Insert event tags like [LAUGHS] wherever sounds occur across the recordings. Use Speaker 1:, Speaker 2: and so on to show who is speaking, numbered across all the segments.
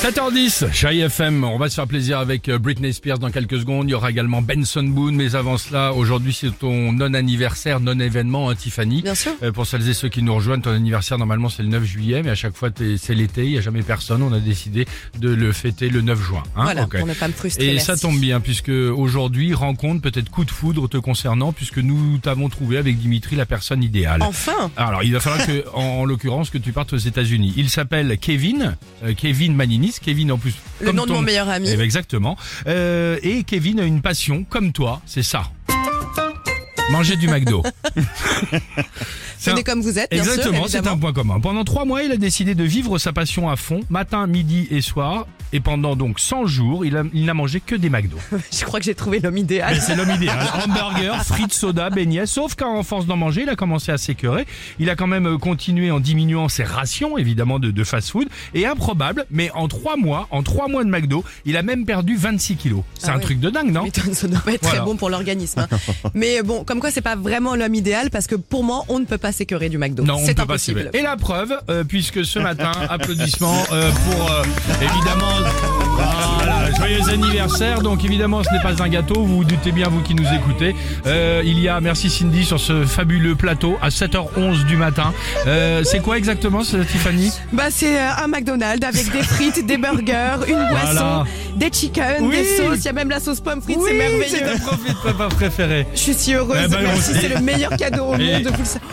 Speaker 1: 7h10, chérie FM, on va se faire plaisir avec euh, Britney Spears dans quelques secondes. Il y aura également Benson Boone, mais avant cela, aujourd'hui c'est ton non-anniversaire, non-événement, hein, Tiffany.
Speaker 2: Bien sûr.
Speaker 1: Euh, pour celles et ceux qui nous rejoignent, ton anniversaire normalement c'est le 9 juillet, mais à chaque fois t'es- c'est l'été, il n'y a jamais personne. On a décidé de le fêter le 9 juin. hein,
Speaker 2: Voilà,
Speaker 1: ok.
Speaker 2: pour ne pas me frustrer.
Speaker 1: Et
Speaker 2: merci.
Speaker 1: ça tombe bien, puisque aujourd'hui, rencontre, peut-être coup de foudre te concernant, puisque nous t'avons trouvé avec Dimitri la personne idéale.
Speaker 2: Enfin
Speaker 1: Ah, Alors, il va falloir que, en, en l'occurrence, que tu partes aux États-Unis. Il s'appelle Kevin, euh, Kevin Maninis, Kevin en plus.
Speaker 2: Le
Speaker 1: comme
Speaker 2: nom de
Speaker 1: ton-
Speaker 2: mon meilleur ami.
Speaker 1: Eh ben, exactement. Euh, et Kevin a une passion, comme toi, c'est ça. Manger du
Speaker 2: [LAUGHS]
Speaker 1: McDo. C'est un-
Speaker 2: Venez comme vous êtes, bien
Speaker 1: Exactement,
Speaker 2: sûr.
Speaker 1: c'est un
Speaker 2: évidemment.
Speaker 1: point commun. Pendant trois mois, il a décidé de vivre sa passion à fond, matin, midi et soir. Et pendant donc 100 jours, il a- il n'a mangé que des McDo.
Speaker 2: [LAUGHS] Je crois que j'ai trouvé l'homme idéal.
Speaker 1: Et c'est l'homme
Speaker 2: [LAUGHS]
Speaker 1: idéal. Hamburger, frites, soda, beignets. Sauf qu'en force d'en manger, il a commencé à s'écœurer. Il a quand même euh, continué en diminuant ses rations, évidemment, de, de fast-food. Et improbable, mais en trois mois, en trois mois de McDo, il a même perdu 26 kilos. C'est
Speaker 2: Ah
Speaker 1: un
Speaker 2: ouais.
Speaker 1: truc de dingue, non
Speaker 2: Mais ça doit pas être
Speaker 1: Voilà.
Speaker 2: très bon pour l'organisme.
Speaker 1: [LAUGHS]
Speaker 2: hein. Mais bon, comme quoi c'est pas vraiment l'homme idéal parce que pour moi, on ne peut pas s'écœurer du McDo.
Speaker 1: Non, on ne
Speaker 2: c'est
Speaker 1: peut pas s'y
Speaker 2: impossible.
Speaker 1: mettre. Et la preuve, euh, puisque
Speaker 2: [LAUGHS]
Speaker 1: ce matin, applaudissements euh, pour euh, évidemment. Voilà, joyeux anniversaire. Donc évidemment, ce n'est pas un gâteau. Vous vous doutez bien, vous qui nous écoutez. Euh, il y a, merci Cindy, sur ce fabuleux plateau à 7h11 du matin. Euh, c'est quoi exactement, ce, Tiffany
Speaker 2: Bah, c'est euh, un McDonald's avec des frites, des burgers, une boisson,
Speaker 1: Voilà.
Speaker 2: des chickens,
Speaker 1: Oui.
Speaker 2: des sauces. Il y a même la sauce pomme frite, c'est
Speaker 1: c'est
Speaker 2: merveilleux.
Speaker 1: ta profite papa préférée.
Speaker 2: Je suis si heureuse.
Speaker 1: Eh ben, Eh,
Speaker 2: Merci,
Speaker 1: on-
Speaker 2: c'est le meilleur cadeau au
Speaker 1: Et-
Speaker 2: monde. Vous le savez.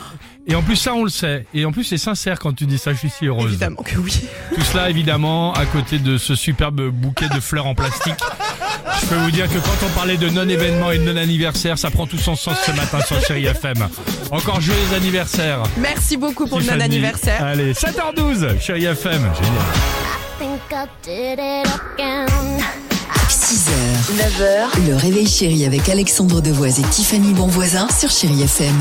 Speaker 1: Et en plus, ça, on le sait. Et en plus, c'est sincère quand tu dis ça. Je suis si heureuse.
Speaker 2: Évidemment que oui.
Speaker 1: Tout cela, évidemment, à côté de ce superbe bouquet de fleurs en plastique. Je peux vous dire que quand on parlait de non-événement et de non-anniversaire, ça prend tout son sens ce matin sur Chéri FM. Encore joyeux anniversaire.
Speaker 2: Merci beaucoup pour le
Speaker 1: Tiffany.
Speaker 2: non-anniversaire.
Speaker 1: Allez, 7h12, Chéri FM. Génial.
Speaker 3: think I did it again.
Speaker 4: 6h, 9h, le réveil chéri avec Alexandre Devoise et Tiffany Bonvoisin sur Chéri FM.